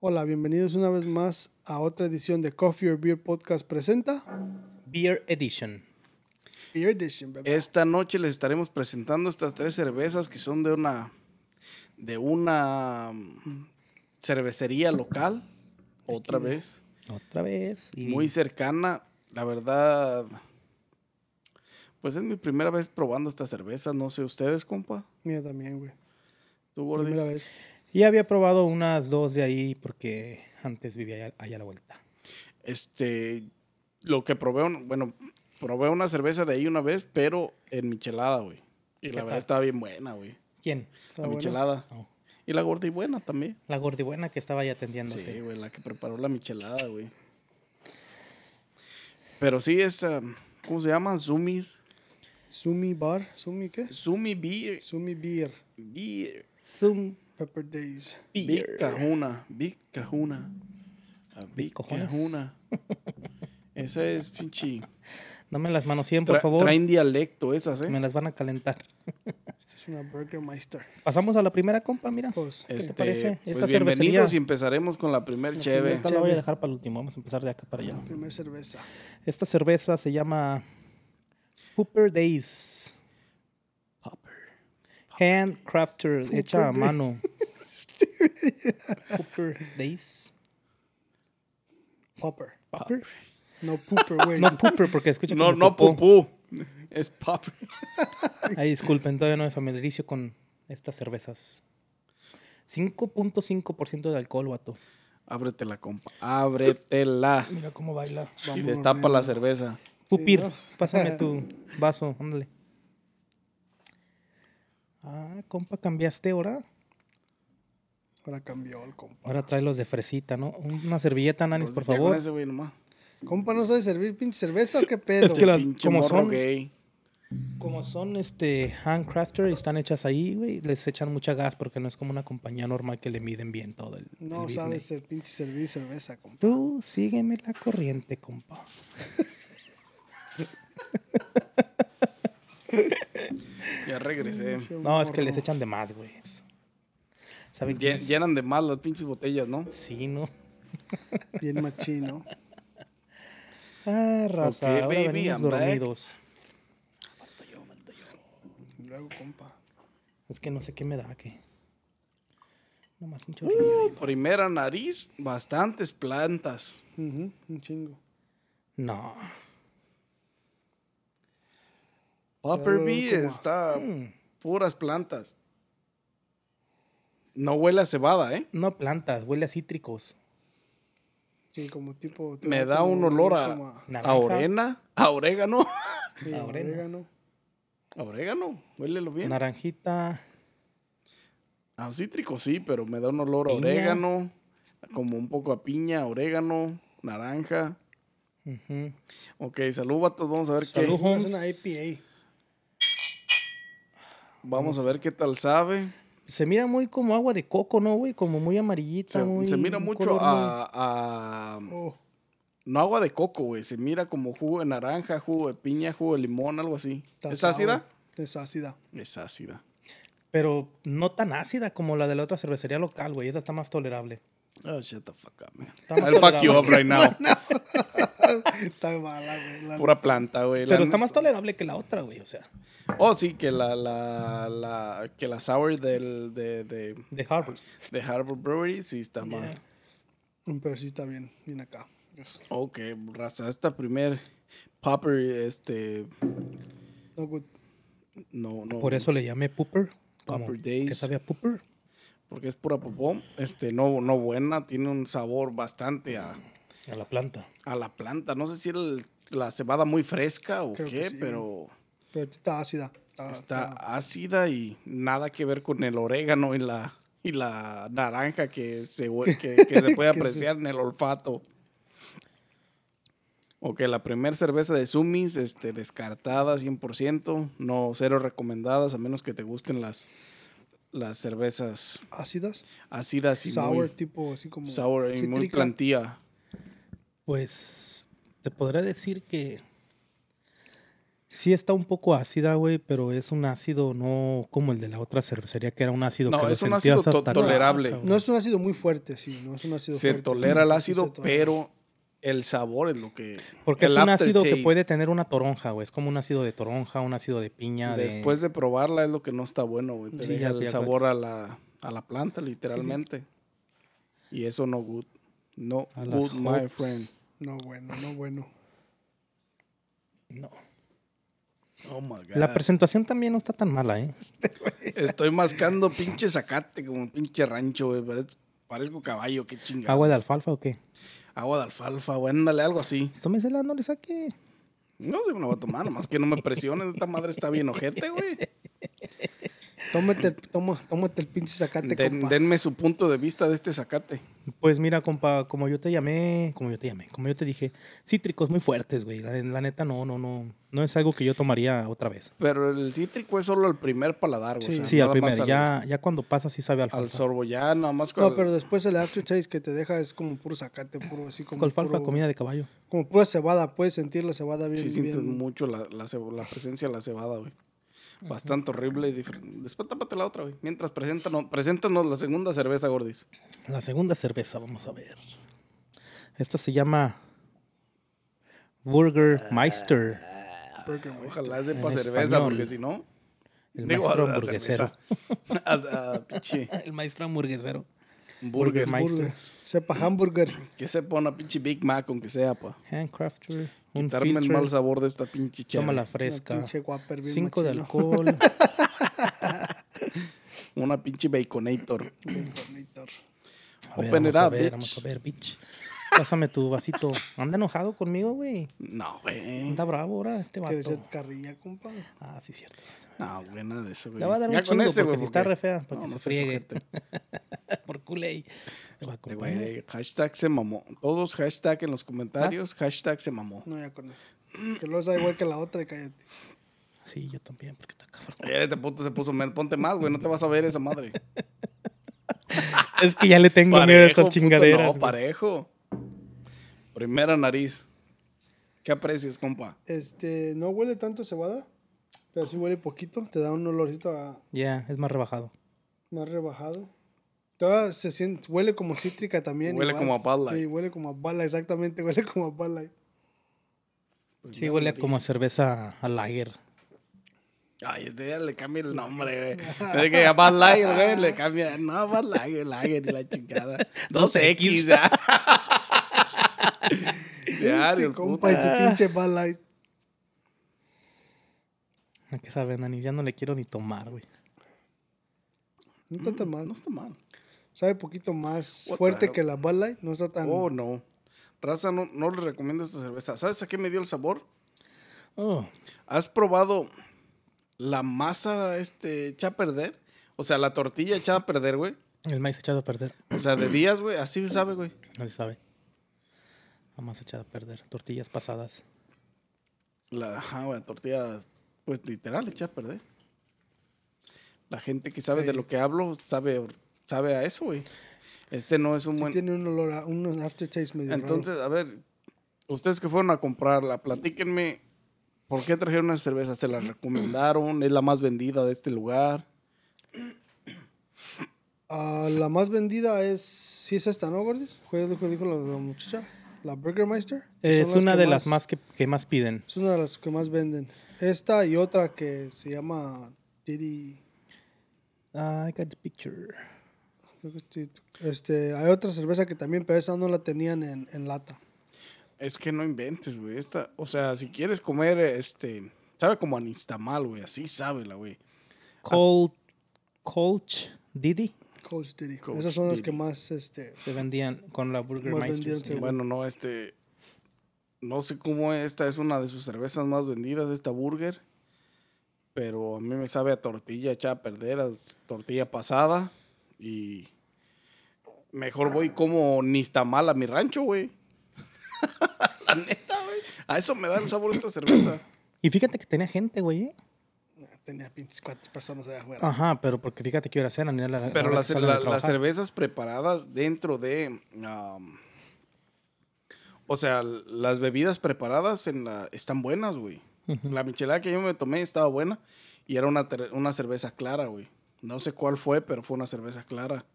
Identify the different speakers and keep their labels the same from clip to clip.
Speaker 1: Hola, bienvenidos una vez más a otra edición de Coffee or Beer Podcast presenta
Speaker 2: Beer Edition.
Speaker 1: Beer Edition,
Speaker 2: Eh.
Speaker 1: bebé.
Speaker 3: Esta noche les estaremos presentando estas tres cervezas que son de una de una mm, cervecería local, otra vez,
Speaker 2: Otra vez. y-
Speaker 3: muy cercana. La verdad, pues es mi primera vez probando estas cervezas. No sé ustedes, compa.
Speaker 1: Mía también, güey.
Speaker 3: ¿Tú, Gordis?
Speaker 1: Primera vez.
Speaker 2: y había probado unas dos de ahí porque antes vivía allá, allá a la vuelta.
Speaker 3: Este, lo que probé, un- bueno, probé una cerveza de ahí una vez, pero en michelada, güey. Y la
Speaker 2: tal?
Speaker 3: verdad estaba bien buena, güey.
Speaker 2: ¿Quién?
Speaker 1: Está
Speaker 3: La
Speaker 1: buena.
Speaker 3: michelada.
Speaker 2: No.
Speaker 3: Y la gorda y buena también.
Speaker 2: La gordibuena que estaba ahí atendiéndote.
Speaker 3: Sí, güey, la que preparó la michelada, güey. Pero sí, es, um, ¿cómo se llama? Zumis.
Speaker 1: Sumi Bar, Sumi qué?
Speaker 3: Zumi Beer.
Speaker 1: Sumi Beer,
Speaker 3: Beer.
Speaker 2: Zoom.
Speaker 1: Pepper Days.
Speaker 3: Big Cajuna. Big Cajuna. Ah, Big
Speaker 2: cojones.
Speaker 3: Cajuna. Esa es pinche.
Speaker 2: Dame las manos 100, por
Speaker 3: Tra-
Speaker 2: favor.
Speaker 3: Traen dialecto esas, ¿eh?
Speaker 2: Me las van a calentar.
Speaker 1: Esta es una Burgermeister.
Speaker 2: Pasamos a la primera compa, mira.
Speaker 1: Pues,
Speaker 2: te
Speaker 3: Este,
Speaker 2: parece?
Speaker 3: pues,
Speaker 2: Esta
Speaker 3: bienvenidos
Speaker 2: cervecería-
Speaker 3: y empezaremos con la primer cheve.
Speaker 2: Esta la voy a dejar para el último. Vamos a empezar de acá para allá.
Speaker 1: Primer cerveza.
Speaker 2: Esta cerveza se llama Hooper Days. Handcrafter, hecha a mano. Hooper Days.
Speaker 1: Popper.
Speaker 2: Popper.
Speaker 1: No pooper, güey.
Speaker 2: No Pooper, porque escucha
Speaker 3: No,
Speaker 2: como
Speaker 3: no,
Speaker 2: popó.
Speaker 3: pupú. Es pop.
Speaker 2: Ay, disculpen, todavía no me familiarizo con estas cervezas. 5.5% de alcohol, vato.
Speaker 3: Ábretela, compa. Ábretela.
Speaker 2: Mira cómo baila.
Speaker 3: Y
Speaker 1: Vamos,
Speaker 3: destapa la cerveza.
Speaker 2: Pupir,
Speaker 1: ¿no?
Speaker 2: pásame tu vaso, ándale. Ah, compa, cambiaste ahora.
Speaker 1: Ahora cambió el compa.
Speaker 2: Ahora trae los de fresita, ¿no? Una servilleta, Nanis,
Speaker 3: Pues,
Speaker 2: por
Speaker 3: ya con
Speaker 2: favor.
Speaker 3: ese, güey, nomás.
Speaker 1: Compa, ¿no sabe servir pinche cerveza o qué pedo?
Speaker 2: Es que la- Las-
Speaker 3: Pinche
Speaker 2: como
Speaker 3: morro
Speaker 2: son.
Speaker 3: gay.
Speaker 2: Como son este handcrafter, están hechas ahí, güey, les echan mucha gas porque no es como una compañía normal que le miden bien todo el, el
Speaker 1: No
Speaker 2: business.
Speaker 1: sabe ser pinche servir cerveza, compa.
Speaker 2: Tú sígueme la corriente, compa.
Speaker 3: Ya regresé.
Speaker 2: No, es que les echan de más, güey. Pues, ¿Saben
Speaker 3: Lle-
Speaker 2: quién es?
Speaker 3: llenan de más las pinches botellas, ¿no?
Speaker 2: Sí, ¿no?
Speaker 1: Bien machino.
Speaker 2: Ah, raza,
Speaker 3: Ok,
Speaker 2: ahora
Speaker 3: baby,
Speaker 2: venimos
Speaker 3: I'm back.
Speaker 2: dormidos.
Speaker 1: Luego, compa.
Speaker 2: Es que no sé qué me da, que... Nomás un chorrillo.
Speaker 3: Uh.
Speaker 2: ahí.
Speaker 3: Primera nariz, bastantes plantas.
Speaker 1: Ujú, un chingo.
Speaker 2: No.
Speaker 3: Popper
Speaker 1: Claro,
Speaker 3: Beer
Speaker 1: como-
Speaker 3: está
Speaker 2: Mm,
Speaker 3: puras plantas. No huele a cebada, ¿eh?
Speaker 2: No plantas, huele a cítricos.
Speaker 1: Sí, como tipo. te
Speaker 3: Me da
Speaker 1: como-
Speaker 3: un olor
Speaker 1: como
Speaker 3: a,
Speaker 2: Naranja.
Speaker 3: a orena, a orégano.
Speaker 1: sí,
Speaker 2: a orégano.
Speaker 1: orégano.
Speaker 3: A orégano, huélelo bien.
Speaker 2: Naranjita,
Speaker 3: A cítrico sí, pero me da un olor a
Speaker 2: Piña.
Speaker 3: orégano, como un poco a piña, orégano, naranja.
Speaker 2: ujú.
Speaker 3: Ok, salud, vatos. Vamos a ver qué.
Speaker 2: Salud.
Speaker 1: Es una IPA.
Speaker 3: Vamos a ver qué tal sabe.
Speaker 2: Se mira muy como agua de coco, ¿no, güey? Como muy amarillita,
Speaker 3: Se,
Speaker 2: muy...
Speaker 3: se mira
Speaker 2: un
Speaker 3: mucho
Speaker 2: color muy-
Speaker 3: a, a-
Speaker 1: Oh,
Speaker 3: No agua de coco, güey. Se mira como jugo de naranja, jugo de piña, jugo de limón, algo así.
Speaker 1: está
Speaker 3: ¿Es
Speaker 1: sour.
Speaker 3: ácida?
Speaker 1: Es ácida.
Speaker 3: Es ácida.
Speaker 2: Pero no tan ácida como la de la otra cervecería local, güey. Esa está más tolerable.
Speaker 3: Oh, shut the fuck up, man.
Speaker 2: Está más
Speaker 3: I'll fuck you
Speaker 2: tolerable.
Speaker 3: up right now.
Speaker 1: Está mala, güey. la-
Speaker 3: Pura planta, güey. La-
Speaker 2: Pero está más tolerable que la otra, güey. O sea,
Speaker 3: Oh, sí, que la, la, la, que la sour del, de, de,
Speaker 2: de Harvard.
Speaker 3: de Harbor Brewery sí está más.
Speaker 1: Pero sí está bien, bien acá.
Speaker 3: Ok, raza, esta primer popper, este,
Speaker 1: No good.
Speaker 3: no, no.
Speaker 2: Por eso le llamé Pooper. Como
Speaker 3: Pooper
Speaker 2: Que
Speaker 3: Days.
Speaker 2: sabe a Pooper.
Speaker 3: Porque es pura popó. Este, no, no buena, tiene un sabor bastante a,
Speaker 2: A la planta.
Speaker 3: a la planta. No sé si era el- la cebada muy fresca o
Speaker 1: Creo que
Speaker 3: qué,
Speaker 1: sí.
Speaker 3: pero
Speaker 1: Pero está ácida. Está,
Speaker 3: está ácida y nada que ver con el orégano y la, y la naranja que se, hue- que, que se puede
Speaker 1: Que se-
Speaker 3: apreciar en el olfato. Ok, la primera cerveza de Sumis, este, descartada 100%, no cero recomendadas, a menos que te gusten las, las cervezas
Speaker 1: ácidas.
Speaker 3: ácidas y
Speaker 1: sour,
Speaker 3: muy,
Speaker 1: tipo así como.
Speaker 3: sour y muy
Speaker 1: cítrica.
Speaker 3: plantía.
Speaker 2: Pues te podría decir que Sí está un poco ácida, güey, pero es un ácido no como el de la otra cervecería, que era un ácido
Speaker 3: No,
Speaker 2: que lo
Speaker 3: es un
Speaker 2: sentías
Speaker 3: ácido to-
Speaker 2: hasta acá,
Speaker 3: tolerable.
Speaker 2: cabrón.
Speaker 1: No es un ácido muy fuerte, sí, no es un ácido
Speaker 3: Se
Speaker 1: fuerte.
Speaker 3: tolera el
Speaker 1: Sí,
Speaker 3: ácido,
Speaker 1: se tolera.
Speaker 3: pero el sabor es lo que.
Speaker 2: Porque
Speaker 3: el
Speaker 2: es un ácido que
Speaker 3: aftertaste,
Speaker 2: puede tener una toronja, güey. Es como un ácido de toronja, un ácido de piña. de-
Speaker 3: Después de probarla es lo que no está bueno, güey. Te
Speaker 2: Sí,
Speaker 3: deja
Speaker 2: ya-
Speaker 3: el
Speaker 2: ya-
Speaker 3: sabor a la, a la planta, literalmente. Y eso no good. No
Speaker 2: A las
Speaker 3: good, my
Speaker 2: hops.
Speaker 3: friend.
Speaker 1: No bueno, no bueno.
Speaker 2: No.
Speaker 3: Oh my God.
Speaker 2: La presentación también no está tan mala, ¿eh?
Speaker 3: Estoy mascando pinche zacate como pinche rancho, güey. Parez- Parezco caballo, qué chingada. Agua,
Speaker 2: ¿Agua de alfalfa o qué?
Speaker 3: de alfalfa, güey. Ándale, algo así.
Speaker 2: Tómesela, no le saque.
Speaker 3: No sé, me la voy a tomar, nomás que no me presiones. Esta madre está bien ojete, güey.
Speaker 1: Tómate el, toma, tómate el pinche sacate,
Speaker 3: Den-
Speaker 1: compa.
Speaker 3: denme su punto de vista de este zacate.
Speaker 2: Pues mira, compa, como yo te llamé, como yo te llamé, como yo te dije, cítricos muy fuertes, güey. La, la neta, no, no, no. No es algo que yo tomaría otra vez.
Speaker 3: Pero el cítrico es solo al primer paladar, güey.
Speaker 1: Sí.
Speaker 3: o sea,
Speaker 2: Sí, al
Speaker 3: Ah, nada más
Speaker 2: primero. Ya, ya cuando pasa, sí sabe a
Speaker 3: Al
Speaker 2: alfalfa.
Speaker 3: sorbo, ya nada más con
Speaker 1: No, pero después el aftertaste que te deja es como puro sacate, puro así como.
Speaker 2: alfalfa,
Speaker 1: puro-
Speaker 2: comida de caballo.
Speaker 1: Como pura cebada, puedes sentir la cebada bien.
Speaker 3: Sí sientes
Speaker 1: bien.
Speaker 3: mucho la, la cebo- la presencia de la cebada, güey. Bastante horrible y diferente. Después tápate la otra, güey. Mientras preséntanos, preséntanos la segunda cerveza, Gordis.
Speaker 2: La segunda cerveza, vamos a ver. Esta se llama Burger
Speaker 3: Ah.
Speaker 2: Meister.
Speaker 1: Burger Meister.
Speaker 3: Ojalá
Speaker 2: Este,
Speaker 3: sepa
Speaker 2: en
Speaker 3: cerveza,
Speaker 2: español.
Speaker 3: porque si no...
Speaker 2: El
Speaker 3: digo,
Speaker 2: maestro
Speaker 3: a- a
Speaker 2: hamburguesero.
Speaker 3: cerveza. A- a pinche
Speaker 2: El maestro hamburguesero.
Speaker 3: burger.
Speaker 2: Burger Meister.
Speaker 1: Burger. Sepa hamburger.
Speaker 3: Que sepa una pinche Big Mac, aunque sea, pa.
Speaker 2: Handcrafter. Un
Speaker 3: Quitarme el
Speaker 2: filter.
Speaker 3: mal sabor de esta pinche chela.
Speaker 2: Toma la
Speaker 1: Una
Speaker 2: fresca.
Speaker 1: pinche Whopper bien
Speaker 2: Cinco de
Speaker 1: machino.
Speaker 2: alcohol.
Speaker 3: Una pinche Baconator.
Speaker 1: Baconator.
Speaker 2: A ver,
Speaker 3: Open it
Speaker 2: vamos a
Speaker 3: up,
Speaker 2: ver,
Speaker 3: bitch.
Speaker 2: vamos a ver, bitch. Pásame tu vasito. Anda enojado conmigo, güey.
Speaker 3: No, güey.
Speaker 2: Anda bravo ahora este vato.
Speaker 1: ¿Quieres ser carrilla, compa?
Speaker 2: Ah, sí, cierto.
Speaker 3: No, güey, nada de eso, güey.
Speaker 2: Le va a dar
Speaker 3: Ya
Speaker 2: un
Speaker 3: con
Speaker 2: chingo
Speaker 3: ese, güey,
Speaker 2: porque si está re fea, para
Speaker 3: No,
Speaker 2: que
Speaker 3: no
Speaker 2: se
Speaker 3: seas
Speaker 2: friegue.
Speaker 3: ojete.
Speaker 2: Por culé. Te va a
Speaker 3: Este,
Speaker 2: acompañar.
Speaker 3: güey, hashtag se mamó. Todos hashtag en los comentarios, hashtag se mamó.
Speaker 1: No, ya con eso. Que luego sabe igual que la otra y cállate.
Speaker 2: Sí, yo también, porque está cabrón.
Speaker 3: Eh, Este puto se puso, men, ponte más, güey, no te vas a ver esa madre.
Speaker 2: Es que ya le tengo miedo a estas
Speaker 3: puto,
Speaker 2: chingaderas.
Speaker 3: no,
Speaker 2: güey.
Speaker 3: parejo. Primera nariz. ¿Qué aprecias, compa?
Speaker 1: Este, no huele tanto a cebada, pero sí huele poquito. Te da un olorcito a-
Speaker 2: Ya, es más rebajado.
Speaker 1: más rebajado. Toda se siente, huele como cítrica también.
Speaker 3: Huele como a Bud Light.
Speaker 1: Sí, huele como a bala, exactamente. Huele como a bala.
Speaker 2: Sí, huele como a cerveza a lager.
Speaker 3: Ay, este ya le cambia el nombre, güey. Tiene que llamar Lager, güey, le cambia. No, Bad Lager, Lager y la chingada. Dos X, ya. ya, el puto.
Speaker 1: Compa, y su pinche bala.
Speaker 2: ¿A qué saben, Dani? Ya no le quiero ni tomar, güey.
Speaker 1: No está tan
Speaker 3: Mm, No
Speaker 1: mal.
Speaker 3: está mal.
Speaker 1: Sabe poquito más
Speaker 3: What
Speaker 1: fuerte
Speaker 3: the-
Speaker 1: que la Bud Light. No está tan.
Speaker 3: Oh, no. Raza, no, no les recomiendo esta cerveza. ¿Sabes a qué me dio el sabor?
Speaker 2: Oh,
Speaker 3: ¿Has probado la masa este, echada a perder? O sea, la tortilla echada a perder, güey.
Speaker 2: el maíz echado a perder.
Speaker 3: O sea, de días, güey. Así sabe, güey.
Speaker 2: No se sabe. Nada más echado a perder. Tortillas pasadas.
Speaker 3: La, ajá, güey, tortilla, pues literal echada a perder. La gente que sabe de lo que hablo sabe, sabe a eso, güey. Este no es un
Speaker 1: Sí
Speaker 3: buen...
Speaker 1: tiene un olor a un aftertaste medio raro.
Speaker 3: Entonces, a ver, ustedes que fueron a comprarla, platíquenme por qué trajeron una cerveza. ¿Se la recomendaron? ¿Es la más vendida de este lugar?
Speaker 1: Ah, la más vendida es. Sí, es esta, ¿no, Gordis? Fue lo que dijo la, la muchacha. La Burgermeister. que
Speaker 2: Eh, Es
Speaker 1: son las
Speaker 2: una
Speaker 1: que
Speaker 2: de las más que, que más piden.
Speaker 1: Es una de las que más venden. Esta y otra que se llama Diddy.
Speaker 2: Ah, I got the picture.
Speaker 1: creo que sí, Este, hay otra cerveza que también, pero esa no la tenían en, en lata.
Speaker 3: Es que no inventes, güey. Esta, o sea, si quieres comer, este, sabe como anistamal, güey. Así sabe la, güey.
Speaker 2: Cold, Colch Didi.
Speaker 1: Coach Diddy.
Speaker 3: Coach
Speaker 1: Esas son las que
Speaker 3: Diddy.
Speaker 1: más. Este,
Speaker 2: Se vendían con la Burger
Speaker 1: Más
Speaker 2: Meister.
Speaker 1: vendían,
Speaker 2: sí.
Speaker 1: sí.
Speaker 3: Bueno, no, este, no sé cómo esta es una de sus cervezas más vendidas, esta burger. Pero a mí me sabe a tortilla echada a perder, a tortilla pasada. Y mejor voy como nistamal a mi rancho, güey. la neta, güey. A eso me da el sabor esta cerveza.
Speaker 2: Y fíjate que tenía gente, güey. ¿eh?
Speaker 1: tenía pinches cuatro personas allá afuera.
Speaker 2: Ajá, pero porque fíjate que hora cenan. mira la-
Speaker 3: Pero
Speaker 2: ¿eh? ahora
Speaker 3: las,
Speaker 2: que salen de
Speaker 3: la- las
Speaker 2: trabajar.
Speaker 3: cervezas preparadas dentro de... um, o sea, l- las bebidas preparadas en la, están buenas, güey. La michelada que yo me tomé estaba buena y era una, ter- una cerveza clara, güey. No sé cuál fue, pero fue una cerveza clara.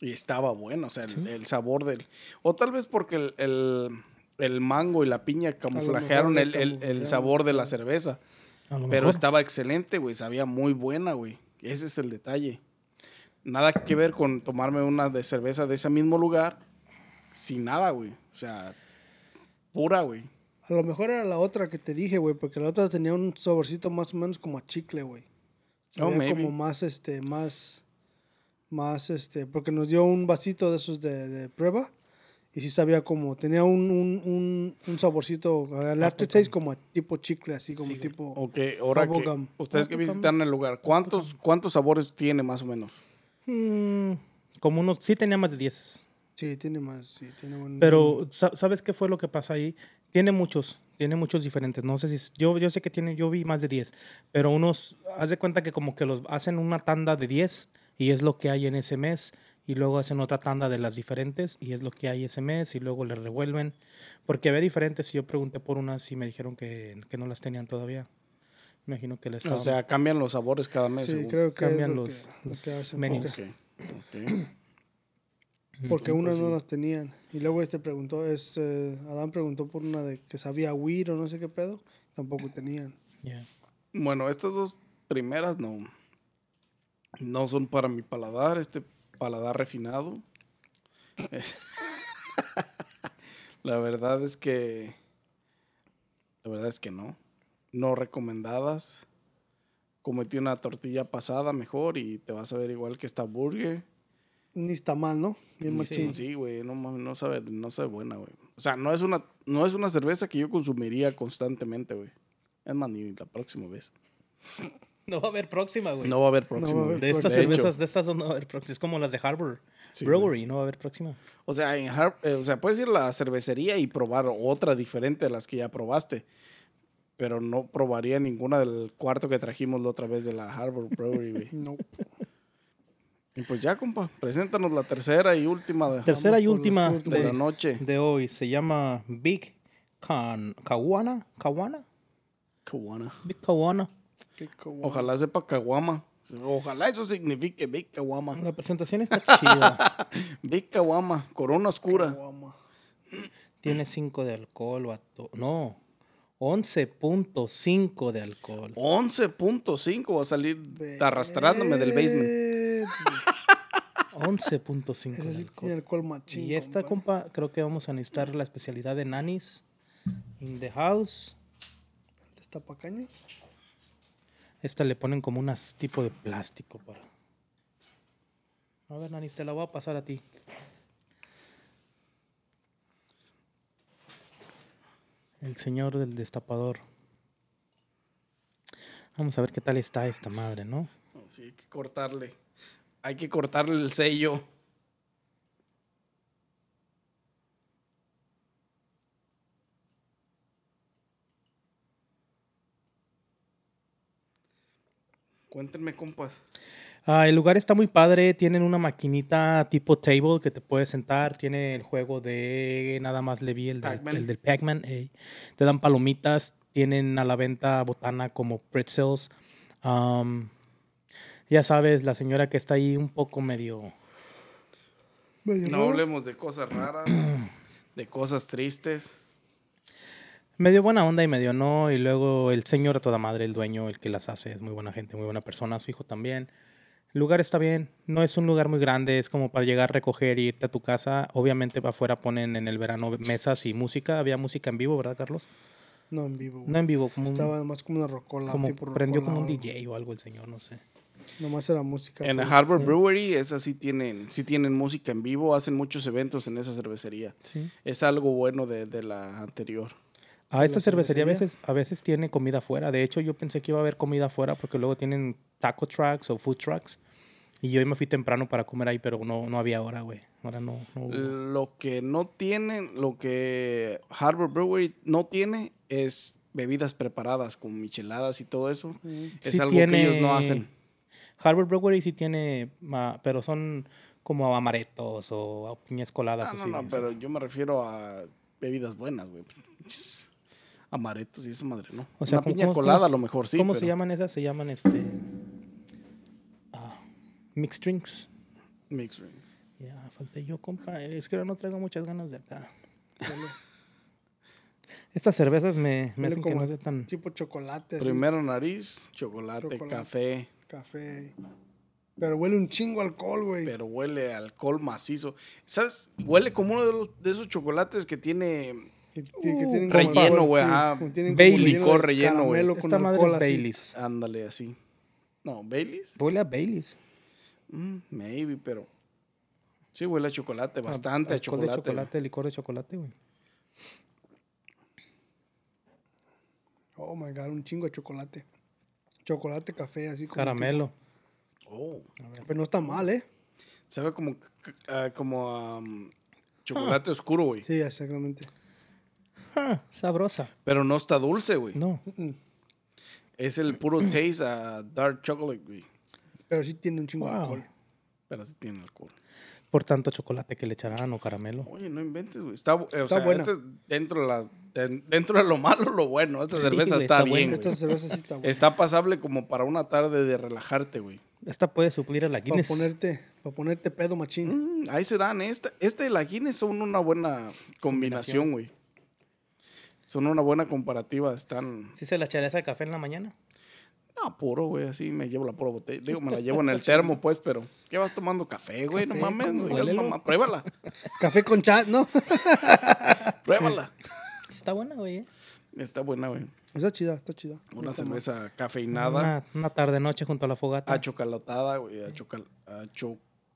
Speaker 3: Y estaba buena, o sea, el, el sabor del... O tal vez porque el, el- el mango y la piña camuflajearon
Speaker 1: le
Speaker 3: el, el- el
Speaker 1: camuflajearon,
Speaker 3: sabor de la cerveza.
Speaker 2: A lo
Speaker 3: Pero
Speaker 2: mejor.
Speaker 3: estaba excelente, güey. Sabía muy buena, güey. Ese es el detalle. Nada que ver con tomarme una de cerveza de ese mismo lugar sin nada, güey. O sea, pura, güey.
Speaker 1: A lo mejor era la otra que te dije, güey, porque la otra tenía un saborcito más o menos como a chicle, güey.
Speaker 3: Oh,
Speaker 1: Sabía
Speaker 3: maybe.
Speaker 1: como más, este, más, más, este, porque nos dio un vasito de esos de, de prueba y sí sabía como, tenía un, un, un, un saborcito,
Speaker 3: Ah,
Speaker 1: el aftertaste como a tipo chicle, así como tipo...
Speaker 3: Ok, ahora que
Speaker 1: Bubblegum.
Speaker 3: ustedes que visitan el lugar, ¿cuántos, ¿cuántos sabores tiene más o menos?
Speaker 2: Mm, como unos, sí tenía más de 10.
Speaker 1: Sí, tiene más, sí, tiene un...
Speaker 2: Pero, sa- ¿sabes qué fue lo que pasa ahí? Tiene muchos, tiene muchos diferentes. No sé si, es- yo, yo sé que tiene, yo vi más de 10, pero unos, haz de cuenta que como que los hacen una tanda de 10 y es lo que hay en ese mes, y luego hacen otra tanda de las diferentes y es lo que hay ese mes, y luego le revuelven. Porque había diferentes, y yo pregunté por unas y me dijeron que, que no las tenían todavía. Imagino que les
Speaker 3: O sea, cambian los sabores cada mes.
Speaker 1: sí,
Speaker 3: según.
Speaker 1: creo que es
Speaker 2: cambian
Speaker 1: lo
Speaker 2: los-
Speaker 1: que- lo
Speaker 2: los
Speaker 1: que hacen,
Speaker 2: menús.
Speaker 1: porque-
Speaker 3: Ok, ok.
Speaker 1: Porque unas
Speaker 3: Pues
Speaker 1: no las tenían. Y luego este preguntó, es, eh, Adán preguntó por una de que sabía weed o no sé qué pedo. Tampoco tenían.
Speaker 2: Yeah.
Speaker 3: Bueno, estas dos primeras no. No son para mi paladar, este paladar refinado. Es- la verdad es que. La verdad es que no. No recomendadas. Cometí una tortilla pasada mejor y te vas a ver igual que esta burger.
Speaker 1: Ni está mal, ¿no? Bien
Speaker 3: Sí,
Speaker 1: machín.
Speaker 3: sí, güey, no mames, no sabe, no sabe buena, güey. O sea, no es una, no es una cerveza que yo consumiría constantemente, güey. Es más, ni la próxima vez.
Speaker 2: No va a haber próxima, güey.
Speaker 3: No va a haber próxima.
Speaker 1: No va a
Speaker 3: güey.
Speaker 1: haber
Speaker 2: De estas
Speaker 1: De hecho.
Speaker 2: cervezas, de estas dos no va a haber próxima. Es como las de Harbor
Speaker 3: Sí,
Speaker 2: Brewery, no va a haber próxima.
Speaker 3: O sea, en Har- eh, o sea, puedes ir a la cervecería y probar otra diferente a las que ya probaste. Pero no probaría ninguna del cuarto que trajimos la otra vez de la Harvard Brewery, güey.
Speaker 1: No.
Speaker 3: Y pues ya, compa, preséntanos la tercera y última de,
Speaker 2: Tercera y
Speaker 1: por la
Speaker 2: última
Speaker 1: última.
Speaker 3: de la
Speaker 2: de,
Speaker 3: noche.
Speaker 2: de hoy se llama Big Can, Kawana. Kawana.
Speaker 3: Caguana.
Speaker 2: Big Kawana.
Speaker 1: Qué cagua-
Speaker 3: Ojalá sepa Caguama. Ojalá eso signifique Big Caguama.
Speaker 2: La presentación está chida.
Speaker 3: Big Caguama, corona oscura.
Speaker 1: caguama.
Speaker 2: Tiene 5 de alcohol, vato. No, 11.5 de alcohol.
Speaker 3: 11.5 va a salir arrastrándome del basement.
Speaker 1: Eh, Esa
Speaker 2: 11.5 de
Speaker 1: sí
Speaker 2: alcohol.
Speaker 1: tiene alcohol machín.
Speaker 2: Y esta,
Speaker 1: compa.
Speaker 2: compa, creo que vamos a necesitar la especialidad de Nanis. In the house.
Speaker 1: ¿Esta pacañas?
Speaker 2: Esta le ponen como un tipo de plástico para. A ver, Nanis, te la voy a pasar a ti. El señor del destapador. Vamos a ver qué tal está esta madre, ¿no?
Speaker 3: Sí, hay que cortarle. Hay que cortarle el sello. Cuéntenme, compas.
Speaker 2: Ah, el lugar está muy padre. Tienen una maquinita tipo table que te puedes sentar. Tiene el juego de nada más le vi el, del-
Speaker 3: Pac-Man.
Speaker 2: el del Pac-Man. ey. Te dan palomitas. Tienen a la venta botana como pretzels. Am, ya sabes, la señora que está ahí un poco medio.
Speaker 1: Medio
Speaker 3: No
Speaker 1: raro.
Speaker 3: hablemos de cosas raras, de cosas tristes.
Speaker 2: Medio buena onda y medio no. Y luego el señor a toda madre, el dueño, el que las hace, es muy buena gente, muy buena persona. Su hijo también. El lugar está bien. No es un lugar muy grande. Es como para llegar, recoger e irte a tu casa. Obviamente para afuera ponen en el verano mesas y música. Había música en vivo, ¿verdad, Carlos?
Speaker 1: No en vivo. güey.
Speaker 2: No en vivo, como, un-
Speaker 1: Estaba más como una rocola.
Speaker 2: como
Speaker 1: tipo
Speaker 2: prendió
Speaker 1: rocola
Speaker 2: como un
Speaker 1: o algo.
Speaker 2: DJ o algo el señor, no sé.
Speaker 1: Nomás era música. pues,
Speaker 3: En
Speaker 1: pero-
Speaker 3: la Harvard Brewery, esa sí tienen, sí tienen música en vivo, hacen muchos eventos en esa cervecería.
Speaker 2: Sí.
Speaker 3: Es algo bueno de, de la anterior.
Speaker 2: A esta cervecería
Speaker 1: cervecería.
Speaker 2: a veces, a veces tiene comida afuera. De hecho, yo pensé que iba a haber comida afuera porque luego tienen taco trucks o food trucks. Y yo me fui temprano para comer ahí, pero no, no había hora, güey. Ahora no. no hubo.
Speaker 3: Lo que no tienen, lo que Harbor Brewery no tiene es bebidas preparadas con micheladas y todo eso. Es
Speaker 2: Sí
Speaker 3: algo que ellos no
Speaker 2: tiene-
Speaker 3: hacen.
Speaker 2: Harvard Brewery sí tiene, ma- pero son como amaretos o piñas coladas.
Speaker 3: Ah,
Speaker 2: o
Speaker 3: no,
Speaker 2: sí,
Speaker 3: no,
Speaker 2: eso.
Speaker 3: pero yo me refiero a bebidas buenas, güey. amaretos y esa madre, ¿no?
Speaker 2: O sea,
Speaker 3: Una
Speaker 2: ¿cómo-
Speaker 3: piña
Speaker 2: cómo-
Speaker 3: colada
Speaker 2: cómo-
Speaker 3: a lo mejor, sí.
Speaker 2: ¿Cómo se
Speaker 3: pero-
Speaker 2: llaman esas? Se llaman este. ah, mixed drinks.
Speaker 3: Mixed drink.
Speaker 2: Ya, falté yo, compa. Es que ahora no traigo muchas ganas de acá. Estas cervezas me,
Speaker 1: Huele
Speaker 2: me hacen que
Speaker 1: como
Speaker 2: no
Speaker 1: a
Speaker 2: sea tan.
Speaker 1: Tipo chocolate, así,
Speaker 3: Primero nariz, chocolate,
Speaker 1: Chocolate.
Speaker 3: café,
Speaker 1: café. Pero huele un chingo a alcohol, güey.
Speaker 3: pero huele a alcohol macizo. ¿Sabes? Huele como uno de, los- de esos chocolates que tiene
Speaker 1: Que, que- que
Speaker 2: Uh,
Speaker 1: tienen
Speaker 3: relleno,
Speaker 1: alcohol,
Speaker 3: güey,
Speaker 1: sí,
Speaker 3: ajá.
Speaker 1: como tienen como
Speaker 2: Baileys.
Speaker 1: relleno de
Speaker 3: Licor relleno, güey.
Speaker 1: caramelo con
Speaker 2: Esta madre
Speaker 1: alcohol
Speaker 2: es
Speaker 1: así.
Speaker 2: Baileys.
Speaker 3: Ándale, así. No, Baileys.
Speaker 2: Huele a Baileys.
Speaker 3: Mm, maybe, pero. Sí, huele a chocolate, bastante a,
Speaker 2: Alcohol
Speaker 3: chocolate.
Speaker 2: De chocolate, licor de chocolate, güey.
Speaker 1: Oh my god, un chingo de chocolate. Chocolate, café, así como.
Speaker 2: Caramelo.
Speaker 3: Oh.
Speaker 1: Pero no está mal, ¿eh?
Speaker 3: Sabe como, c- ah, como a, mm, chocolate oscuro, güey.
Speaker 1: Sí, exactamente.
Speaker 2: Ah, sabrosa.
Speaker 3: Pero no está dulce, güey.
Speaker 2: No.
Speaker 3: Es el puro taste a dark chocolate, güey.
Speaker 1: Pero sí tiene un chingo de
Speaker 2: Wow.
Speaker 1: alcohol.
Speaker 3: Pero sí tiene alcohol.
Speaker 2: Por tanto chocolate que le echarán o caramelo.
Speaker 3: Oye, no inventes, güey. Está, bu- eh, o
Speaker 1: Está
Speaker 3: sea,
Speaker 1: buena.
Speaker 3: esta es dentro, de la, den- dentro de lo malo, lo bueno. Esta
Speaker 2: Sí,
Speaker 3: cerveza
Speaker 2: güey,
Speaker 3: está,
Speaker 2: está
Speaker 3: bien,
Speaker 2: buena.
Speaker 3: güey.
Speaker 1: Esta cerveza sí está buena.
Speaker 3: Está pasable como para una tarde de relajarte, güey.
Speaker 2: Esta puede suplir a la
Speaker 1: Para
Speaker 2: Guinness.
Speaker 1: ponerte, para ponerte pedo, machín.
Speaker 3: Mm, ahí se dan. Esta, esta y la Guinness son una buena combinación, güey. Son una buena comparativa. Están.
Speaker 2: ¿Sí se la echaré esa café en la mañana?
Speaker 3: Ah, puro, güey. Así me llevo la pura botella. Digo, me la llevo en el termo, pues, pero. ¿Qué vas tomando café, güey? No
Speaker 1: Café,
Speaker 3: mames.
Speaker 1: ¿cómo?
Speaker 3: no digas
Speaker 1: Huélelo.
Speaker 3: mamá. Pruébala.
Speaker 1: Café con chat, ¿no?
Speaker 3: Pruébala.
Speaker 2: Está buena, güey. ¿eh?
Speaker 3: Está buena, güey.
Speaker 1: está chida, está chida.
Speaker 3: Una
Speaker 1: Está mal.
Speaker 3: cerveza
Speaker 1: Ah,
Speaker 3: cafeinada,
Speaker 2: Una, una tarde-noche junto a la fogata.
Speaker 3: achocolatada, güey. achocal-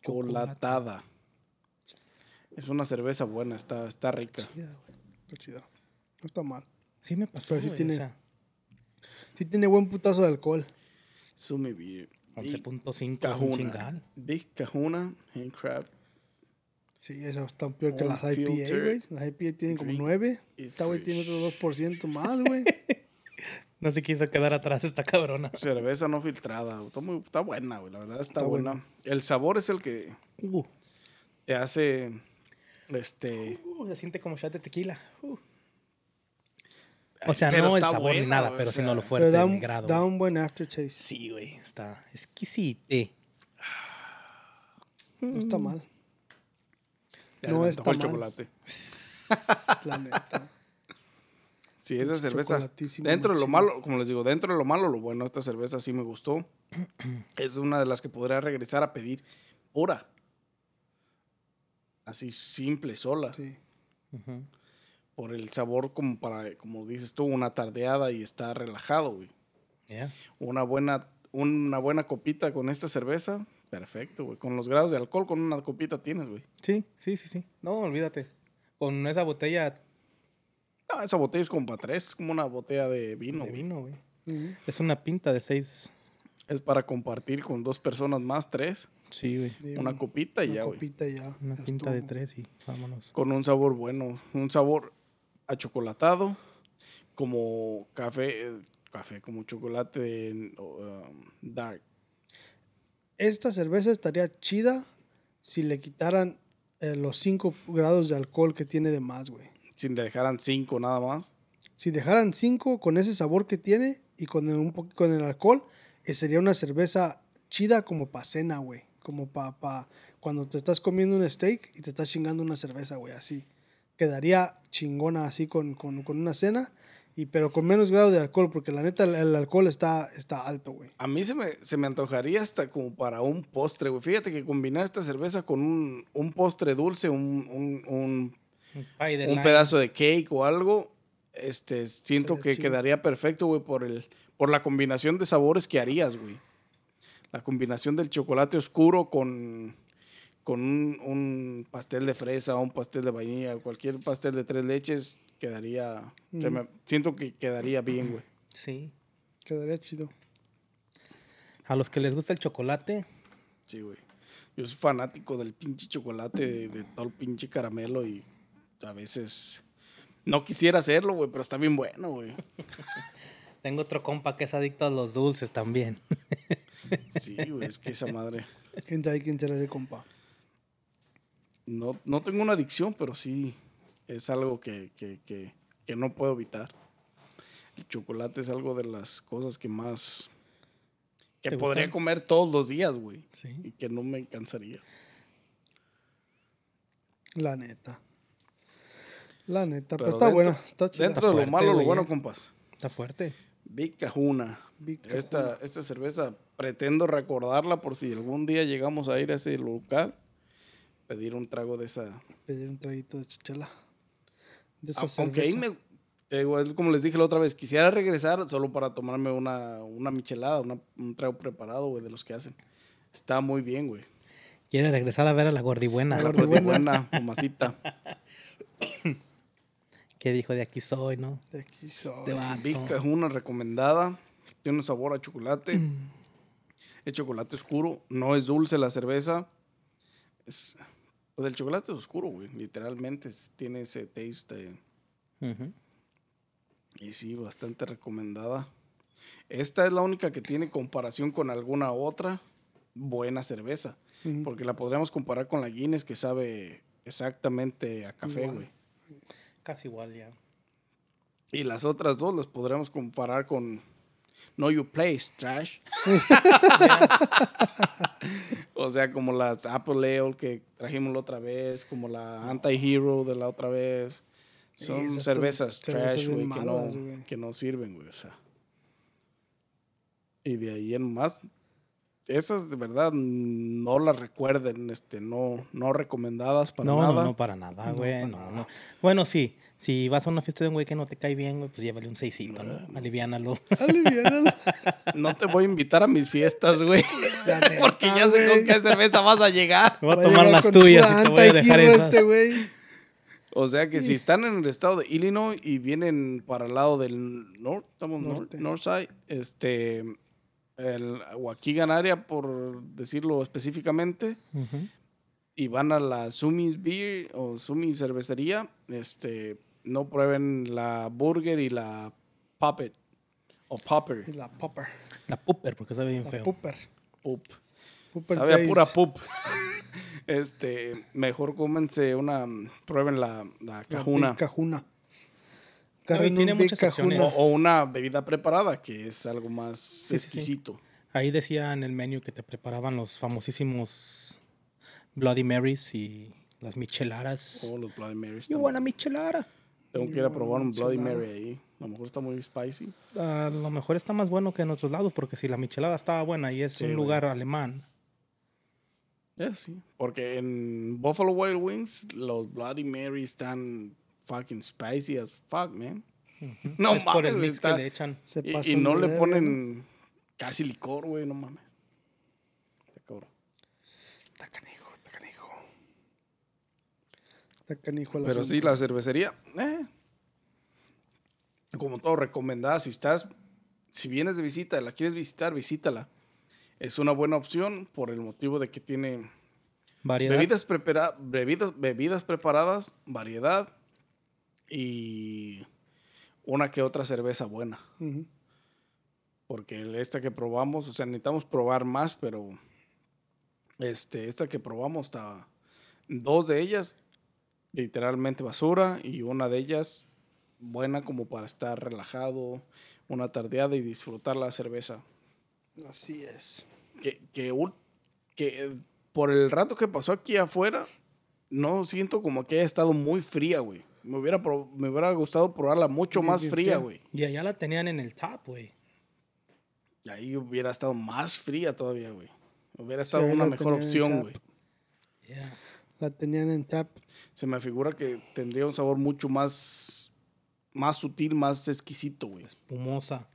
Speaker 3: Achocolatada. Es una cerveza buena, está, está rica.
Speaker 1: Chida, güey. Está chida. No está mal.
Speaker 2: Sí me pasó,
Speaker 1: Pero sí
Speaker 2: güey, o
Speaker 1: tiene-
Speaker 2: sea,
Speaker 1: Sí tiene buen putazo de alcohol.
Speaker 3: Sumi beer. Big
Speaker 2: 11.5 es un
Speaker 3: Cajuna.
Speaker 2: chingal.
Speaker 3: Big Cajuna, Handcraft,
Speaker 1: Sí, eso está peor que
Speaker 3: On
Speaker 1: las IPA,
Speaker 3: filter,
Speaker 1: güey. Las IPA tienen como
Speaker 3: drink
Speaker 1: 9.
Speaker 3: y
Speaker 1: Esta, güey, tiene
Speaker 3: fresh.
Speaker 1: otro 2% más, güey.
Speaker 2: No se quiso quedar atrás esta cabrona.
Speaker 3: cerveza no filtrada. Está, muy- está buena, güey, la verdad está,
Speaker 1: Está
Speaker 3: buena.
Speaker 1: buena.
Speaker 3: El sabor es el que
Speaker 2: Uh,
Speaker 3: te hace, este...
Speaker 2: uh, se siente como shot de tequila. uh. O sea,
Speaker 3: Pero
Speaker 2: no el
Speaker 3: está
Speaker 2: sabor ni
Speaker 3: buena,
Speaker 2: nada,
Speaker 3: o
Speaker 2: pero sí
Speaker 3: sea.
Speaker 2: no lo
Speaker 1: Pero
Speaker 2: fuerte
Speaker 1: da
Speaker 2: del
Speaker 1: un,
Speaker 2: grado.
Speaker 1: da
Speaker 2: güey.
Speaker 1: un buen aftertaste.
Speaker 2: Sí, güey, está exquisite.
Speaker 1: No está
Speaker 2: Mm.
Speaker 1: mal,
Speaker 3: te
Speaker 1: No
Speaker 3: adelantó
Speaker 1: está
Speaker 3: el
Speaker 1: mal.
Speaker 3: chocolate.
Speaker 1: la neta.
Speaker 3: Sí, esa
Speaker 1: Pinche
Speaker 3: cerveza.
Speaker 1: chocolatísimo,
Speaker 3: Dentro de lo
Speaker 1: machín.
Speaker 3: malo, como les digo, dentro de lo malo, lo bueno, esta cerveza sí me gustó. Es una de las que podría regresar a pedir pura. Así simple, sola.
Speaker 1: Sí.
Speaker 2: Ujú.
Speaker 3: Por el sabor, como para, como dices tú, una tardeada y está relajado, güey.
Speaker 2: Yeah.
Speaker 3: Una buena, una buena copita con esta cerveza, perfecto, güey. Con los grados de alcohol, con una copita tienes, güey.
Speaker 2: Sí, sí, sí, sí. No, olvídate. Con esa botella
Speaker 3: No, esa botella es como para tres, es como una botella de vino.
Speaker 2: de
Speaker 3: güey.
Speaker 2: vino, güey.
Speaker 1: Ujú.
Speaker 2: Es una pinta de seis.
Speaker 3: Es para compartir con dos personas más, tres.
Speaker 2: Sí, güey.
Speaker 1: De
Speaker 3: Una
Speaker 1: un-
Speaker 3: copita y
Speaker 1: una
Speaker 3: ya, güey.
Speaker 1: copita y ya.
Speaker 2: Una
Speaker 1: ya
Speaker 2: pinta de
Speaker 1: estuvo.
Speaker 2: tres y vámonos.
Speaker 3: con un sabor bueno, un sabor achocolatado, como café, eh, café como chocolate eh, um, dark.
Speaker 1: Esta cerveza estaría chida si le quitaran eh, los 5 grados de alcohol que tiene de más, güey.
Speaker 3: Si le dejaran cinco nada más,
Speaker 1: Si dejaran 5 con ese sabor que tiene y con el, un po- con el alcohol, eh, sería una cerveza chida como pa' cena, güey. Como pa, pa cuando te estás comiendo un steak y te estás chingando una cerveza, güey, así. Quedaría chingona así con, con- con una cena, y, pero con menos grado de alcohol, porque la neta el, el alcohol está, está alto, güey.
Speaker 3: a mí se me, se me antojaría hasta como para un postre, güey. Fíjate que combinar esta cerveza con un, un postre dulce, un, un- un-
Speaker 2: Un pie de
Speaker 3: un
Speaker 2: lime.
Speaker 3: pedazo de cake o algo, este, siento
Speaker 1: Estaría
Speaker 3: que
Speaker 1: chido.
Speaker 3: quedaría perfecto, güey, por, el, por la combinación de sabores que harías, güey. La combinación del chocolate oscuro con, con un, un pastel de fresa, un pastel de vainilla, cualquier pastel de tres leches, quedaría... se me- siento que quedaría bien, güey.
Speaker 2: Sí.
Speaker 1: Quedaría chido.
Speaker 2: A los que les gusta el chocolate,
Speaker 3: Sí, güey. Yo soy fanático del pinche chocolate, de, de todo el pinche caramelo y a veces... No quisiera hacerlo, güey, pero está bien bueno, güey.
Speaker 2: tengo otro compa que es adicto a los dulces también.
Speaker 3: Sí, güey, es que esa madre...
Speaker 1: Gente hay que enterarse, compa.
Speaker 3: No, no tengo una adicción, pero sí es algo que, que, que- que no puedo evitar. El chocolate es algo de las cosas que más... Que
Speaker 2: ¿Te
Speaker 3: podría
Speaker 2: gustan?
Speaker 3: comer todos los días, güey.
Speaker 1: Sí.
Speaker 3: Y que no me cansaría.
Speaker 1: La neta. La neta, pero,
Speaker 3: Pero
Speaker 1: está
Speaker 3: dentro-
Speaker 1: buena, está chida.
Speaker 3: Dentro de
Speaker 2: fuerte,
Speaker 3: lo malo, lo
Speaker 2: güey,
Speaker 3: bueno,
Speaker 2: eh.
Speaker 3: compas.
Speaker 2: Está fuerte.
Speaker 3: Big Kahuna.
Speaker 1: Big
Speaker 3: Esta, esta cerveza pretendo recordarla por si algún día llegamos a ir a ese local. Pedir un trago de esa.
Speaker 1: Pedir un traguito de chichela. De esa
Speaker 3: A- Aunque Ah, ahí
Speaker 1: cerveza.
Speaker 3: me. te digo, es como les dije la otra vez, quisiera regresar solo para tomarme una, una michelada, una- un trago preparado, güey, de los que hacen. Está muy bien, güey.
Speaker 2: Quiere regresar a ver a la gordibuena.
Speaker 1: La
Speaker 3: Muy
Speaker 1: gordibuena.
Speaker 3: buena, mamacita.
Speaker 2: Que dijo, de aquí soy, ¿no?
Speaker 1: De
Speaker 3: Este
Speaker 1: aquí soy.
Speaker 2: Te va.
Speaker 3: Big Kahuna recomendada. Tiene un sabor a chocolate. Es chocolate oscuro. No es dulce la cerveza. Es, pues el chocolate es oscuro, güey. Literalmente es- tiene ese taste. de-
Speaker 2: Ujú.
Speaker 3: Y sí, bastante recomendada. Esta es la única que tiene comparación con alguna otra buena cerveza.
Speaker 1: Ujú.
Speaker 3: Porque la podríamos comparar con la Guinness que sabe exactamente a café,
Speaker 1: Igual.
Speaker 3: güey.
Speaker 2: Casi igual ya.
Speaker 3: Y las otras dos las podríamos comparar con No You Play Trash. o sea, como las Apple Ale que trajimos la otra vez, como la Anti-Hero de la otra vez.
Speaker 1: Sí,
Speaker 3: Son
Speaker 1: esas
Speaker 3: cervezas
Speaker 1: son cervezas
Speaker 3: trash,
Speaker 1: bien
Speaker 3: güey, que, no-
Speaker 1: malas, güey.
Speaker 3: que no sirven, güey. O sea. Y de ahí en más, esas de verdad no las recuerden, este, no, no recomendadas para
Speaker 2: no,
Speaker 3: nada.
Speaker 2: no, no, para nada, güey. No, no. Bueno, sí. Si vas a una fiesta de un güey que no te cae bien, güey, pues llévale un seisito, ¿no? Aliviánalo.
Speaker 1: Aliviánala.
Speaker 3: No te voy a invitar a mis fiestas, güey.
Speaker 1: La neta,
Speaker 3: Porque ya sé
Speaker 1: Ah, güey.
Speaker 3: con qué cerveza vas a llegar.
Speaker 2: Me voy a
Speaker 1: Va
Speaker 2: tomar
Speaker 1: llegar
Speaker 2: las
Speaker 1: con pura
Speaker 2: tuyas y te voy a
Speaker 1: Anta
Speaker 2: dejar
Speaker 1: Hero
Speaker 2: esas.
Speaker 1: este güey.
Speaker 3: O sea que si están en el estado de Illinois y vienen para el lado del norte, estamos
Speaker 1: Norte.
Speaker 3: norte, Northside, este, el Waukegan área, por decirlo específicamente,
Speaker 2: Ujú.
Speaker 3: y van a la Sumi's Beer o Sumi's Cervecería, este, no prueben la Burger y la Puppet o
Speaker 1: Y
Speaker 3: Popper.
Speaker 1: la popper.
Speaker 2: La pooper, porque sabe bien
Speaker 1: La
Speaker 2: feo.
Speaker 1: popper.
Speaker 3: Pup.
Speaker 1: Popper
Speaker 3: Sabe a
Speaker 1: Days.
Speaker 3: pura pup. este, mejor cómense una, prueben la, la
Speaker 1: La Big
Speaker 3: cajuna.
Speaker 1: Cajuna.
Speaker 2: No, y
Speaker 1: Agarren
Speaker 2: tiene
Speaker 1: un Big
Speaker 2: muchas opciones.
Speaker 3: O,
Speaker 1: Cajuna.
Speaker 3: o una bebida preparada, que es algo más
Speaker 2: Sí, sí, sí.
Speaker 3: exquisito.
Speaker 2: Ahí decía en el menú que te preparaban los famosísimos Bloody Marys y las micheladas.
Speaker 3: Como los Bloody
Speaker 2: Yo
Speaker 3: Marys. también.
Speaker 2: buena michelada.
Speaker 3: Tengo que ir a probar un Bloody
Speaker 1: michelada.
Speaker 3: Mary ahí. A lo mejor está muy spicy.
Speaker 2: Ah, A lo mejor está más bueno que en otros lados, porque si la michelada estaba buena y es
Speaker 3: Sí,
Speaker 2: un
Speaker 3: güey.
Speaker 2: lugar alemán.
Speaker 3: Eh, sí. Porque en Buffalo Wild Wings, los Bloody Mary están fucking spicy as fuck, man. No
Speaker 2: es por
Speaker 3: mames,
Speaker 2: el
Speaker 3: güey,
Speaker 2: mix que
Speaker 3: está-
Speaker 2: le echan.
Speaker 1: Se
Speaker 3: Oh, y- Y,
Speaker 1: pasan
Speaker 3: no
Speaker 1: de
Speaker 3: le
Speaker 1: verga, ¿no?
Speaker 3: ponen casi licor, güey, no mames. Está cabrón. Está canijo, está canijo.
Speaker 1: Está canijo el
Speaker 3: Pero sí,
Speaker 1: asunto.
Speaker 3: la cervecería, eh. como todo, recomendada. Si estás, si vienes de visita, la quieres visitar, visítala. Es una buena opción por el motivo de que tiene
Speaker 2: Variedad.
Speaker 3: bebidas, prepara- bebidas, bebidas preparadas, variedad y una que otra cerveza buena.
Speaker 1: Ujú.
Speaker 3: Porque esta que probamos, o sea, necesitamos probar más, pero este, esta que probamos está dos de ellas literalmente basura y una de ellas buena como para estar relajado una tardeada y disfrutar la cerveza.
Speaker 1: Así es.
Speaker 3: Que, que, ul- que eh, por el rato que pasó aquí afuera, no siento como que haya estado muy fría, güey. Me hubiera, pro- me hubiera gustado probarla mucho
Speaker 1: Bien,
Speaker 3: más
Speaker 1: bien
Speaker 3: fría,
Speaker 1: fría.
Speaker 3: güey.
Speaker 2: Y allá la tenían en el top, güey.
Speaker 3: Y ahí hubiera estado más fría todavía, güey. Hubiera estado
Speaker 1: ahí
Speaker 3: una
Speaker 1: la
Speaker 3: mejor
Speaker 1: tenía en
Speaker 3: opción,
Speaker 1: tap.
Speaker 3: güey.
Speaker 2: Yeah.
Speaker 1: La tenían en tap.
Speaker 3: Se me figura que tendría un sabor mucho más, más sutil, más exquisito, güey.
Speaker 2: Espumosa.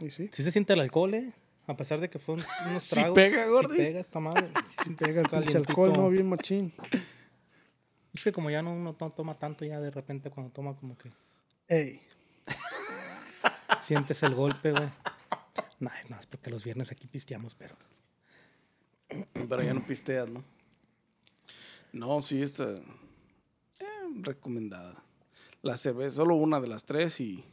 Speaker 1: Y sí.
Speaker 2: Sí se siente el alcohol, eh. A pesar de que fue un- unos
Speaker 3: Sí
Speaker 2: tragos.
Speaker 3: pega, gordis.
Speaker 2: Sí pega esta madre. Sí
Speaker 1: Pega el pinche
Speaker 2: calientito.
Speaker 1: alcohol, no, bien machín.
Speaker 2: Es que como ya no, uno no toma tanto, ya de repente cuando toma como que
Speaker 1: Ey.
Speaker 2: sientes el golpe, güey. No, no, es porque los viernes aquí pisteamos, pero...
Speaker 3: Pero ya no pisteas, ¿no? No, sí, esta eh, recomendada. La cerveza, solo una de las tres y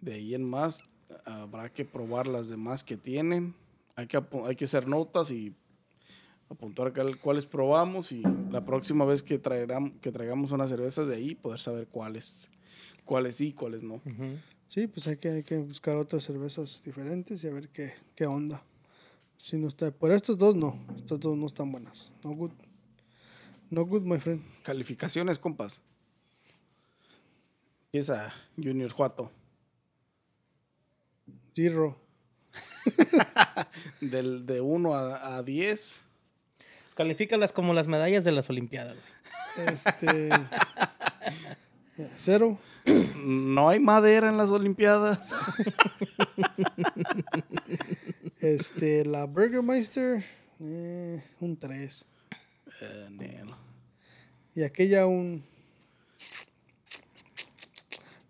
Speaker 3: de ahí en más habrá que probar las demás que tienen. Hay que, apu- hay que hacer notas y apuntar cal- cuáles probamos y la próxima vez que, traerán, que traigamos unas cervezas de ahí poder saber cuáles cuáles sí, cuáles no.
Speaker 2: Ujú.
Speaker 1: Sí, pues hay que, hay que buscar otras cervezas diferentes y a ver qué, qué onda. Si no está, pero estas dos no, estas dos no están buenas. No good. No good, my friend.
Speaker 3: Calificaciones, compas. Empieza Junior Juato.
Speaker 1: Zero.
Speaker 3: Del, de 1 a 10.
Speaker 2: Califícalas como las medallas de las Olimpiadas. güey.
Speaker 1: Este. cero.
Speaker 3: No hay madera en las Olimpiadas.
Speaker 1: Este, la Burgermeister, eh, un 3.
Speaker 3: Eh, no.
Speaker 1: Y aquella un.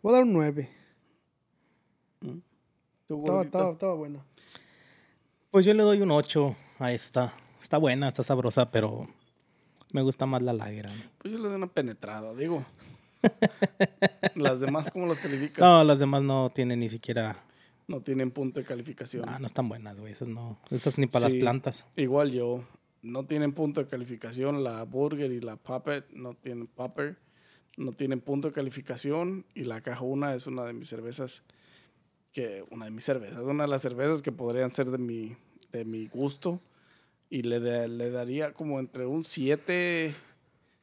Speaker 1: Voy a dar un 9.
Speaker 3: Tú,
Speaker 1: Estaba,
Speaker 3: gordito.
Speaker 1: estaba, estaba buena.
Speaker 2: Pues yo le doy un 8 a esta. Está buena, está sabrosa, pero me gusta más la lagra. güey.
Speaker 3: Pues yo le doy una penetrada, digo. las demás, ¿cómo las calificas? No.
Speaker 2: No, las demás no tienen ni siquiera.
Speaker 3: tienen punto de calificación.
Speaker 2: Ah, no están buenas, güey. Esas no. Esas ni para
Speaker 3: Sí.
Speaker 2: las plantas.
Speaker 3: Igual yo. No tienen punto de calificación. La Burger y la Puppet no tienen Pupper. No tienen punto de calificación. Y la Caja Una es una de mis cervezas. Que, una de mis cervezas. Una de las cervezas que podrían ser de mi, de mi gusto. Y le, da- le daría como entre un 7,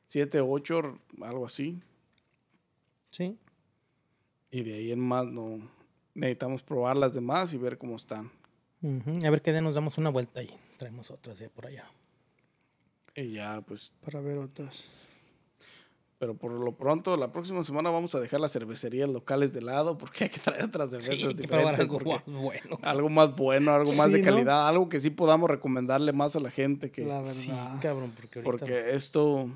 Speaker 3: 7, 8, algo así.
Speaker 2: Sí.
Speaker 3: Y de ahí en más no. Necesitamos probar las demás y ver cómo están.
Speaker 2: Ujú. A ver qué día nos damos una vuelta y traemos otras de por allá.
Speaker 3: Y ya, pues.
Speaker 1: Para ver otras.
Speaker 3: Pero por lo pronto, la próxima semana vamos a dejar las cervecerías locales de lado porque hay que traer otras cervezas
Speaker 2: Sí, hay que probar
Speaker 3: Pues diferentes.
Speaker 2: algo
Speaker 3: porque-
Speaker 2: guau, bueno.
Speaker 3: algo más bueno, algo más
Speaker 1: Sí,
Speaker 3: de
Speaker 1: ¿no?
Speaker 3: calidad, algo que sí podamos recomendarle más a la gente. que
Speaker 1: La
Speaker 2: Sí,
Speaker 1: verdad.
Speaker 2: cabrón, porque ahorita.
Speaker 3: Porque esto,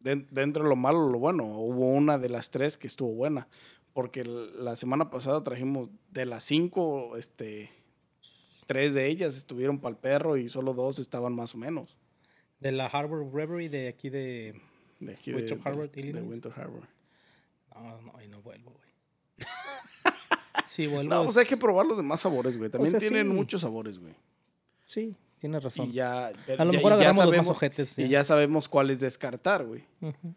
Speaker 3: den- dentro de lo malo, lo bueno, hubo una de las tres que estuvo buena. Porque l- la semana pasada trajimos de las cinco, este, tres de ellas estuvieron para el perro y solo dos estaban más o menos.
Speaker 2: De la Harvard Brewery de aquí de.
Speaker 3: De aquí de-
Speaker 2: Winthrop
Speaker 3: de- este,
Speaker 2: Harbor,
Speaker 3: de
Speaker 2: Illinois.
Speaker 3: Winthrop Harbor.
Speaker 2: No, no, ahí no vuelvo, güey. Sí, vuelvo.
Speaker 3: No,
Speaker 2: es-
Speaker 3: pues hay que probar los demás sabores, güey. También
Speaker 2: sea,
Speaker 3: tienen
Speaker 2: sí.
Speaker 3: muchos sabores, güey.
Speaker 2: Sí, tienes razón.
Speaker 3: Y ya.
Speaker 2: A lo mejor
Speaker 3: ya- y ya
Speaker 2: agarramos los
Speaker 3: sabemos-
Speaker 2: más ojetes.
Speaker 3: Y ya sabemos cuáles descartar, güey.
Speaker 2: Ujú.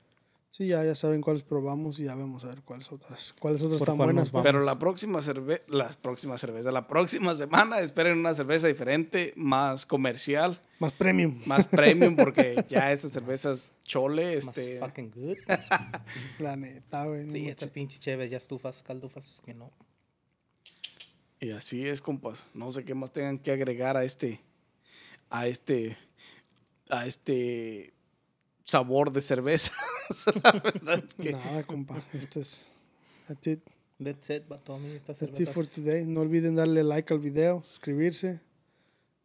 Speaker 1: Sí, ya, ya saben cuáles probamos y ya vemos a ver cuáles otras, cuáles otras
Speaker 2: Por
Speaker 1: están
Speaker 2: cuál nos
Speaker 1: buenas.
Speaker 2: vamos.
Speaker 3: Pero la próxima cerveza, la próxima cerveza, la próxima semana esperen una cerveza diferente, más comercial,
Speaker 1: Más premium.
Speaker 3: más premium, porque ya estas cervezas chole,
Speaker 2: Más
Speaker 3: este,
Speaker 2: fucking good.
Speaker 1: La neta, güey. no
Speaker 2: Sí,
Speaker 1: manches.
Speaker 2: estas pinches cheves, ya estufas, caldufas, que no.
Speaker 3: y así es, compas. No sé qué más tengan que agregar a este, a este, a este sabor de cerveza. la verdad es que
Speaker 1: Nada, compa. Este es. That's it.
Speaker 2: That's it, vato, a mí estas
Speaker 1: That's it for
Speaker 2: cervezas.
Speaker 1: today. No olviden darle like al video, suscribirse,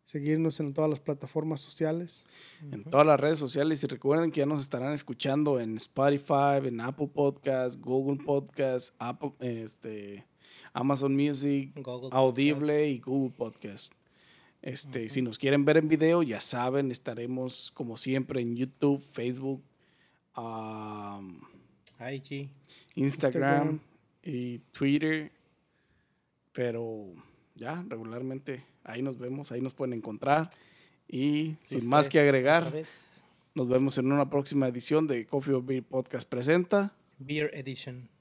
Speaker 1: seguirnos en todas las plataformas sociales.
Speaker 3: en todas las redes sociales y recuerden que ya nos estarán escuchando en Spotify, en Apple Podcast, Google Podcast, Apple, este, Amazon Music,
Speaker 2: Google
Speaker 3: Audible
Speaker 2: Podcast.
Speaker 3: y Google Podcast. Este, si nos quieren ver en video, ya saben, estaremos como siempre en YouTube, Facebook, um,
Speaker 2: IG.
Speaker 3: Instagram,
Speaker 1: Instagram.
Speaker 3: y Twitter. Pero ya, regularmente ahí nos vemos, ahí nos pueden encontrar. Y sin
Speaker 2: Los
Speaker 3: más que
Speaker 2: tres,
Speaker 3: agregar,
Speaker 2: otra vez.
Speaker 3: nos vemos en una próxima edición de Coffee or Beer Podcast Presenta.
Speaker 2: Beer Edition.